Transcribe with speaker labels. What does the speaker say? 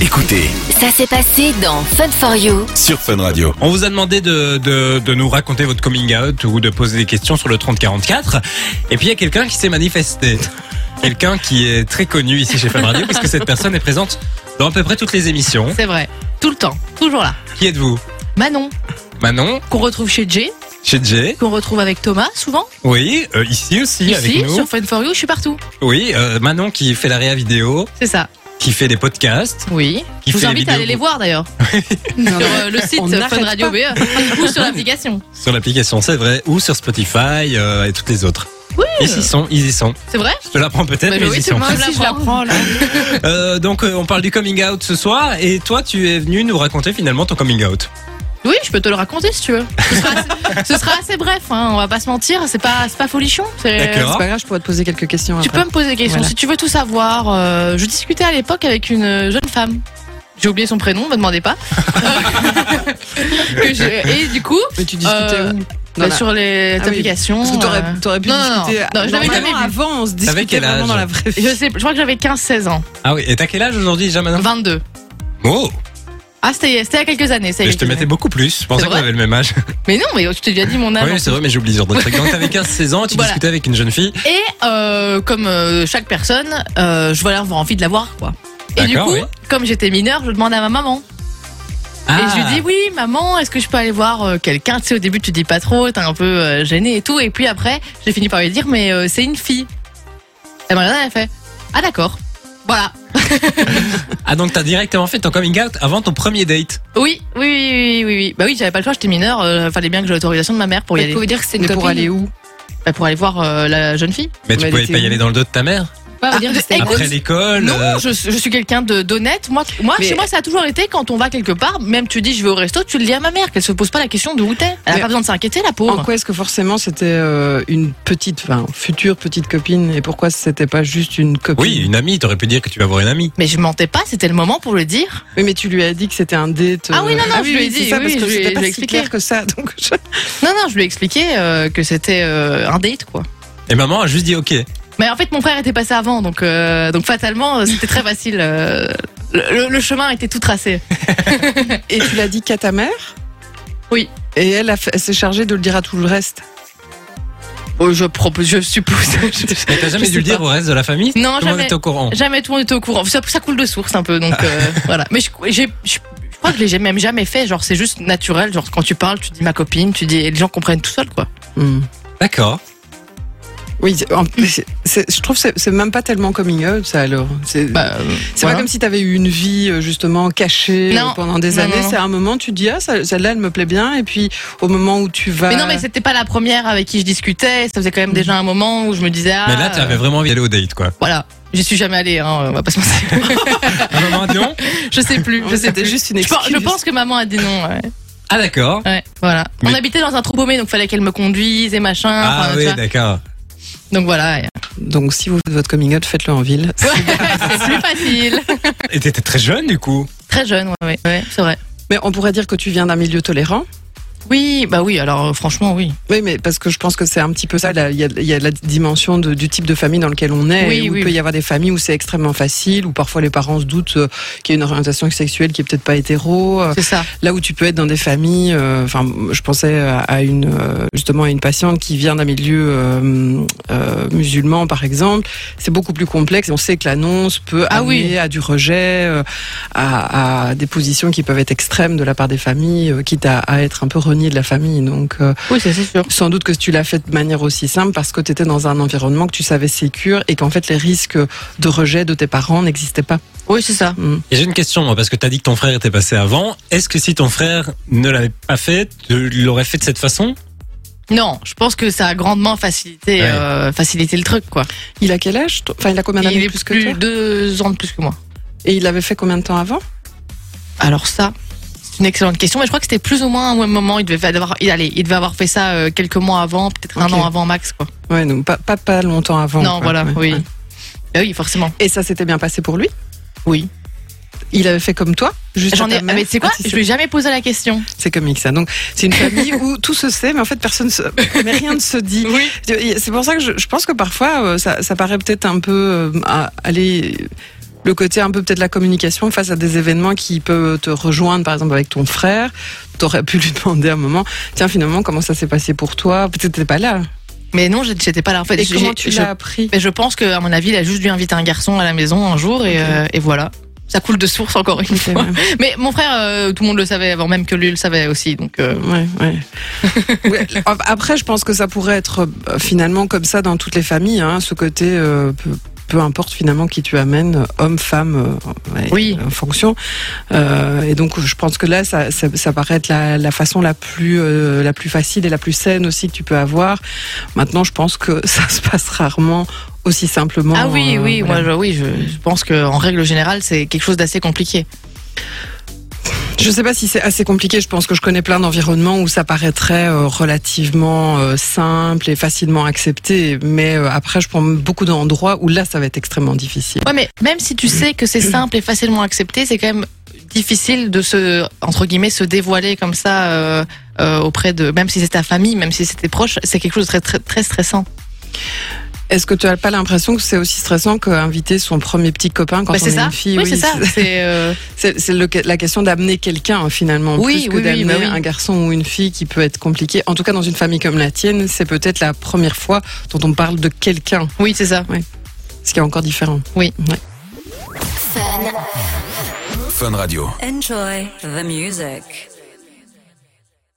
Speaker 1: écoutez
Speaker 2: Ça s'est passé dans Fun for You.
Speaker 1: sur Fun Radio.
Speaker 3: On vous a demandé de, de, de nous raconter votre coming out ou de poser des questions sur le 3044. Et puis il y a quelqu'un qui s'est manifesté. Quelqu'un qui est très connu ici chez Fun Radio, puisque cette personne est présente dans à peu près toutes les émissions.
Speaker 4: C'est vrai. Tout le temps. Toujours là.
Speaker 3: Qui êtes-vous
Speaker 4: Manon,
Speaker 3: Manon
Speaker 4: qu'on retrouve chez Jay,
Speaker 3: Chez Jay
Speaker 4: qu'on retrouve avec Thomas souvent.
Speaker 3: Oui, euh, ici aussi avec
Speaker 4: Ici,
Speaker 3: nous.
Speaker 4: sur Fun for You, je suis partout.
Speaker 3: Oui, euh, Manon qui fait la réa vidéo,
Speaker 4: C'est ça.
Speaker 3: qui fait des podcasts.
Speaker 4: Oui.
Speaker 3: Qui
Speaker 4: je vous
Speaker 3: fait les
Speaker 4: invite à aller
Speaker 3: vidéos.
Speaker 4: les voir d'ailleurs.
Speaker 5: Non,
Speaker 4: Sur
Speaker 5: mais
Speaker 4: euh, le site
Speaker 5: On
Speaker 4: Fun
Speaker 5: n'arrête
Speaker 4: Radio E. BE ou sur l'application.
Speaker 3: Sur l'application, c'est vrai, ou sur Spotify euh, et toutes les autres.
Speaker 4: Oui.
Speaker 3: Ils y sont, ils y sont.
Speaker 4: C'est vrai
Speaker 3: Je te l'apprends peut-être,
Speaker 4: Bah
Speaker 3: mais, ils
Speaker 4: oui,
Speaker 3: y
Speaker 4: c'est
Speaker 3: sont.
Speaker 4: moi
Speaker 5: si
Speaker 4: aussi
Speaker 5: je la prends là.
Speaker 3: Euh, donc euh, on parle du coming out ce soir et toi tu es venu nous raconter finalement ton coming out.
Speaker 4: Oui, je peux te le raconter si tu veux. Ce sera assez, ce sera assez bref, hein, on va pas se mentir. C'est pas, c'est pas folichon. Euh, c'est-
Speaker 3: D'accord.
Speaker 5: C'est pas grave, je pourrais te poser quelques questions
Speaker 4: Tu
Speaker 5: après.
Speaker 4: peux me poser des questions
Speaker 5: Voilà.
Speaker 4: si tu veux tout savoir. euh, je discutais à l'époque avec une euh, jeune femme. J'ai oublié son prénom, me demandez pas. Euh, Que j'ai- et du coup,
Speaker 5: Mais tu discutais
Speaker 4: Euh,
Speaker 5: où
Speaker 4: bah,
Speaker 5: Dans la-
Speaker 4: sur les
Speaker 5: Ah oui.
Speaker 4: applications.
Speaker 5: Parce que t'aurais,
Speaker 4: euh,
Speaker 5: t'aurais pu
Speaker 4: non, non, non.
Speaker 5: discuter.
Speaker 4: Non, je l'avais
Speaker 5: Normalement,
Speaker 4: jamais vu.
Speaker 5: avant, on se
Speaker 3: T'avais
Speaker 5: discutait
Speaker 3: quel
Speaker 5: vraiment
Speaker 3: âge
Speaker 5: dans la vraie vie.
Speaker 4: Je sais, je crois que j'avais 15-16 ans.
Speaker 3: Ah oui, et t'as quel âge aujourd'hui déjà maintenant
Speaker 4: 22.
Speaker 3: Oh,
Speaker 4: Ah, c'était c'était il y a quelques années. c'était il
Speaker 3: mais
Speaker 4: y a
Speaker 3: je te
Speaker 4: quelques
Speaker 3: mettais beaucoup plus, je pensais
Speaker 4: C'est
Speaker 3: qu'on
Speaker 4: vrai
Speaker 3: avait le même âge.
Speaker 4: années. Mais non, mais tu t'es déjà dit mon âge.
Speaker 3: oui c'est vrai mais j'oublie genre de trucs. Donc t'avais 15-16 ans, tu
Speaker 4: Voilà.
Speaker 3: discutais avec une jeune fille.
Speaker 4: Et euh, comme euh, chaque personne, euh, je voulais avoir envie de la voir, quoi. Et du
Speaker 3: D'accord,
Speaker 4: coup,
Speaker 3: oui.
Speaker 4: comme j'étais mineure, je demande à ma maman. Et
Speaker 3: Ah.
Speaker 4: je lui dis oui maman est-ce que je peux aller voir euh, quelqu'un tu sais au début tu dis pas trop t'es un peu euh, gêné et tout et puis après j'ai fini par lui dire mais euh, c'est une fille elle m'a regardé elle a fait ah d'accord voilà
Speaker 3: Ah donc t'as directement fait ton coming out avant ton premier date.
Speaker 4: oui oui oui oui oui, oui. bah oui j'avais pas le choix j'étais mineure euh, fallait bien que j'ai l'autorisation de ma mère pour y
Speaker 5: Mais
Speaker 4: aller
Speaker 5: faut
Speaker 4: dire que c'est
Speaker 5: Mais pour aller où
Speaker 4: bah, pour aller voir euh, la jeune fille
Speaker 3: Mais
Speaker 5: Bah,
Speaker 3: tu
Speaker 5: elle
Speaker 3: pouvais
Speaker 5: était
Speaker 3: pas
Speaker 5: où
Speaker 3: y aller dans le dos de ta mère
Speaker 4: Ah, de- écoute,
Speaker 3: après l'école. euh,
Speaker 4: non je, je suis quelqu'un de d'honnête moi moi
Speaker 5: Mais-
Speaker 4: chez moi ça a toujours été quand on va quelque part même tu dis je vais au resto tu le dis à ma mère qu'elle se pose pas la question de où t'es elle a
Speaker 5: Mais-
Speaker 4: pas besoin de s'inquiéter la
Speaker 5: En
Speaker 4: pauvre
Speaker 5: quoi est-ce que forcément c'était euh, une petite, enfin, future petite copine Et pourquoi c'était pas juste une copine
Speaker 3: Oui, une amie, t'aurais pu dire que tu vas voir une amie.
Speaker 4: mais je mentais pas c'était le moment pour le dire
Speaker 5: Oui, mais tu lui as dit que c'était un date. euh,
Speaker 4: Ah oui, non, non, je lui ai
Speaker 5: c'est
Speaker 4: dit,
Speaker 5: ça,
Speaker 4: oui,
Speaker 5: parce que
Speaker 4: je lui ai-
Speaker 5: c'était
Speaker 4: je
Speaker 5: pas
Speaker 4: lui ai
Speaker 5: si
Speaker 4: expliqué.
Speaker 5: clair que ça. Donc je-
Speaker 4: Non, non, je lui ai expliqué euh, que c'était euh, un date, quoi.
Speaker 3: Et maman a juste dit ok.
Speaker 4: Mais en fait, mon frère était passé avant, donc, euh, donc fatalement, euh, c'était très facile. euh, le, le- le chemin était tout tracé.
Speaker 5: Et tu l'as dit qu'à ta mère
Speaker 4: Oui.
Speaker 5: Et elle, a fait- elle s'est chargée de le dire à tout le reste.
Speaker 4: Oh, je, propose, je suppose. Je-
Speaker 3: Mais t'as jamais
Speaker 4: je
Speaker 3: dû le
Speaker 4: sais
Speaker 3: dire
Speaker 4: pas.
Speaker 3: au reste de la famille
Speaker 4: Non,
Speaker 3: Tout le monde
Speaker 4: jamais.
Speaker 3: est au courant.
Speaker 4: Jamais tout le monde était au courant. Ça, ça coule de source un peu, donc euh, voilà. Mais je, j'ai- je- je crois que je l'ai même jamais fait. Genre, c'est juste naturel. Genre, quand tu parles, tu dis ma copine, tu dis. Et les gens comprennent tout seul, quoi.
Speaker 5: Hmm.
Speaker 3: D'accord.
Speaker 5: Oui, c'est- en- c'est- c'est- je trouve que c'est- c'est même pas tellement coming out, ça alors. C'est
Speaker 4: Bah, euh,
Speaker 5: c'est
Speaker 4: voilà.
Speaker 5: pas comme si t'avais eu une vie euh, justement cachée
Speaker 4: Non,
Speaker 5: euh, pendant des
Speaker 4: non,
Speaker 5: années.
Speaker 4: non.
Speaker 5: C'est à un moment tu te dis ah ça- celle-là elle me plaît bien et puis au moment où tu vas.
Speaker 4: Mais non, mais c'était pas la première avec qui je discutais. Ça faisait quand même déjà un moment où je me disais. Ah,
Speaker 3: Mais là tu
Speaker 4: euh,
Speaker 3: avais vraiment envie d'aller au date quoi.
Speaker 4: Voilà. J'y suis jamais allée, hein, on va pas se mentir.
Speaker 3: Ah maman non
Speaker 4: je sais plus, je sais
Speaker 5: c'était
Speaker 4: plus.
Speaker 5: juste une
Speaker 4: Je pense,
Speaker 5: excuse.
Speaker 4: je pense que maman a dit non. Ouais,
Speaker 3: Ah d'accord.
Speaker 4: Ouais, voilà. On
Speaker 3: Mais-
Speaker 4: habitait dans un trou paumé, donc fallait qu'elle me conduise et machin.
Speaker 3: Ah
Speaker 4: enfin, tu
Speaker 3: oui
Speaker 4: vois.
Speaker 3: d'accord.
Speaker 4: donc voilà, ouais.
Speaker 5: Donc si vous faites votre coming out, faites-le en ville.
Speaker 4: c'est plus facile.
Speaker 3: Et t'étais très jeune du coup.
Speaker 4: Très jeune, ouais, ouais, ouais, c'est vrai.
Speaker 5: Mais on pourrait dire que tu viens d'un milieu tolérant.
Speaker 4: Oui, bah oui, alors euh, franchement, oui.
Speaker 5: Oui, mais parce que je pense que c'est un petit peu ça. là, Il y a, il y a la dimension de- du type de famille dans lequel on est.
Speaker 4: Oui,
Speaker 5: et où
Speaker 4: oui,
Speaker 5: il peut
Speaker 4: oui.
Speaker 5: y avoir des familles où c'est extrêmement facile, où parfois les parents se doutent euh, qu'il y a une orientation sexuelle qui est peut-être pas hétéro. euh,
Speaker 4: C'est ça.
Speaker 5: Là où tu peux être dans des familles. euh, Enfin, je pensais à- à une euh, justement à une patiente qui vient d'un milieu euh, euh, musulman, par exemple. C'est beaucoup plus complexe. On sait que l'annonce peut
Speaker 4: Ah oui.
Speaker 5: amener à du rejet, euh, à, à des positions qui peuvent être extrêmes de la part des familles, euh, quitte à, à être un peu renié de la famille. Donc euh,
Speaker 4: Oui, ça, c'est sûr.
Speaker 5: sans doute que tu l'as fait de manière aussi simple parce que tu étais dans un environnement que tu savais sécure et qu'en fait les risques de rejet de tes parents n'existaient pas.
Speaker 4: Oui, c'est ça.
Speaker 5: Mm.
Speaker 3: Et j'ai une question, moi, parce que t'as dit que ton frère était passé avant. Est-ce que si ton frère ne l'avait pas fait, tu l'aurais fait de cette façon
Speaker 4: Non, je pense que ça a grandement facilité,
Speaker 3: Ouais.
Speaker 4: euh, facilité le truc, quoi.
Speaker 5: Il a quel âge toi Enfin, il a combien
Speaker 4: il
Speaker 5: d'années
Speaker 4: est
Speaker 5: plus
Speaker 4: plus,
Speaker 5: que toi
Speaker 4: deux ans de plus que moi.
Speaker 5: Et il l'avait fait combien de temps avant
Speaker 4: Alors ça, c'est une excellente question. Mais je crois que c'était plus ou moins au même moment. Il devait avoir, il, allez, il devait avoir fait ça euh, quelques mois avant, peut-être un
Speaker 5: Ok.
Speaker 4: an avant max, quoi.
Speaker 5: Ouais, donc pas, pas, pas longtemps avant.
Speaker 4: non,
Speaker 5: quoi.
Speaker 4: voilà,
Speaker 5: Ouais,
Speaker 4: oui.
Speaker 5: ouais.
Speaker 4: Bah oui, forcément.
Speaker 5: Et ça s'était bien passé pour lui
Speaker 4: Oui.
Speaker 5: Il avait fait comme toi Juste
Speaker 4: J'en
Speaker 5: à ta
Speaker 4: ai.
Speaker 5: mère
Speaker 4: Mais tu sais quoi
Speaker 5: Ah, si,
Speaker 4: Je
Speaker 5: c'est-
Speaker 4: lui ai jamais posé la question.
Speaker 5: C'est comique ça. Donc c'est une famille où tout se sait, mais en fait personne, se... mais rien ne se dit.
Speaker 4: Oui.
Speaker 5: C'est pour ça que je, je pense que parfois euh, ça, ça paraît peut-être un peu euh, à- aller le côté un peu peut-être la communication face à des événements qui peuvent te rejoindre, par exemple avec ton frère. T'aurais pu lui demander à un moment, tiens finalement comment ça s'est passé pour toi Peut-être t'étais pas là.
Speaker 4: Mais non, j'étais j'étais pas là. En fait,
Speaker 5: Et
Speaker 4: j'ai-
Speaker 5: comment tu
Speaker 4: je,
Speaker 5: l'as appris
Speaker 4: mais je pense que, à mon avis, il a juste dû inviter un garçon à la maison un jour et,
Speaker 5: Ok.
Speaker 4: euh, et voilà. Ça coule de source encore une
Speaker 5: Ok,
Speaker 4: fois. Mais mon frère, euh, tout le monde le savait avant même que lui le savait aussi. Donc, euh,
Speaker 5: Ouais, ouais. Ouais, ap- Après, je pense que ça pourrait être euh, finalement comme ça dans toutes les familles, hein, ce côté. euh, peu, peu importe finalement qui tu amènes, euh, homme, femme, euh, ouais,
Speaker 4: Oui.
Speaker 5: en fonction. Euh, et donc, je pense que là, ça, ça, ça paraît être la, la façon la plus, euh, la plus facile et la plus saine aussi que tu peux avoir. Maintenant, je pense que ça se passe rarement aussi simplement.
Speaker 4: ah oui,
Speaker 5: euh,
Speaker 4: oui,
Speaker 5: voilà.
Speaker 4: moi, je, oui, je, je pense que en règle générale, c'est quelque chose d'assez compliqué.
Speaker 5: Je sais pas si c'est assez compliqué. Je pense que je connais plein d'environnements où ça paraîtrait euh, relativement euh, simple et facilement accepté. Mais euh, après, je prends beaucoup d'endroits où là, ça va être extrêmement difficile.
Speaker 4: Ouais, mais même si tu sais que c'est simple et facilement accepté, c'est quand même difficile de se entre guillemets se dévoiler comme ça euh, euh, auprès de même si c'est ta famille, même si c'est tes proches, c'est quelque chose de très très, très stressant.
Speaker 5: Est-ce que tu as pas l'impression que c'est aussi stressant qu'inviter son premier petit copain quand
Speaker 4: Bah,
Speaker 5: on est
Speaker 4: c'est ça.
Speaker 5: une fille
Speaker 4: oui, c'est ça. C'est euh,
Speaker 5: C'est c'est le- la question d'amener quelqu'un finalement,
Speaker 4: Oui,
Speaker 5: plus que
Speaker 4: oui, oui,
Speaker 5: d'amener
Speaker 4: bah oui.
Speaker 5: un garçon ou une fille qui peut être compliqué. En tout cas, dans une famille comme la tienne, c'est peut-être la première fois dont on parle de quelqu'un,
Speaker 4: oui, c'est ça.
Speaker 5: ce qui est encore différent.
Speaker 1: Enjoy the music.